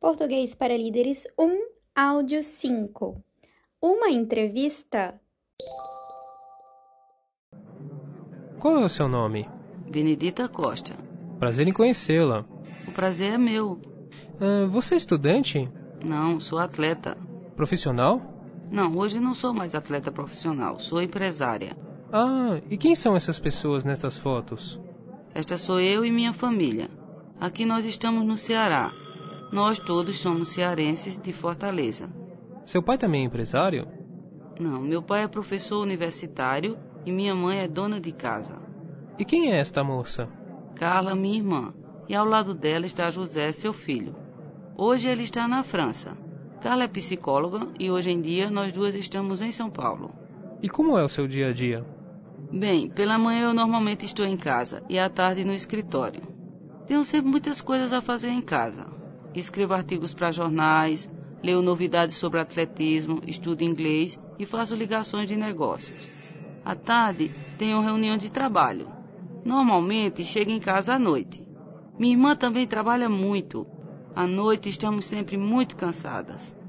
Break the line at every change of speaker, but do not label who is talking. Português para Líderes 1, áudio 5. Uma entrevista.
Qual é o seu nome?
Benedita Costa.
Prazer em conhecê-la.
O prazer é meu.
Ah, você é estudante?
Não, sou atleta.
Profissional?
Não, hoje não sou mais atleta profissional, sou empresária.
Ah, e quem são essas pessoas nestas fotos?
Esta sou eu e minha família. Aqui nós estamos no Ceará. Nós todos somos cearenses de Fortaleza.
Seu pai também é empresário?
Não, meu pai é professor universitário e minha mãe é dona de casa.
E quem é esta moça?
Carla, minha irmã, e ao lado dela está José, seu filho. Hoje ele está na França. Carla é psicóloga e hoje em dia nós duas estamos em São Paulo.
E como é o seu dia a dia?
Bem, pela manhã eu normalmente estou em casa e à tarde no escritório. Tenho sempre muitas coisas a fazer em casa. Escrevo artigos para jornais, leio novidades sobre atletismo, estudo inglês e faço ligações de negócios. À tarde tenho reunião de trabalho. Normalmente chego em casa à noite. Minha irmã também trabalha muito. À noite estamos sempre muito cansadas.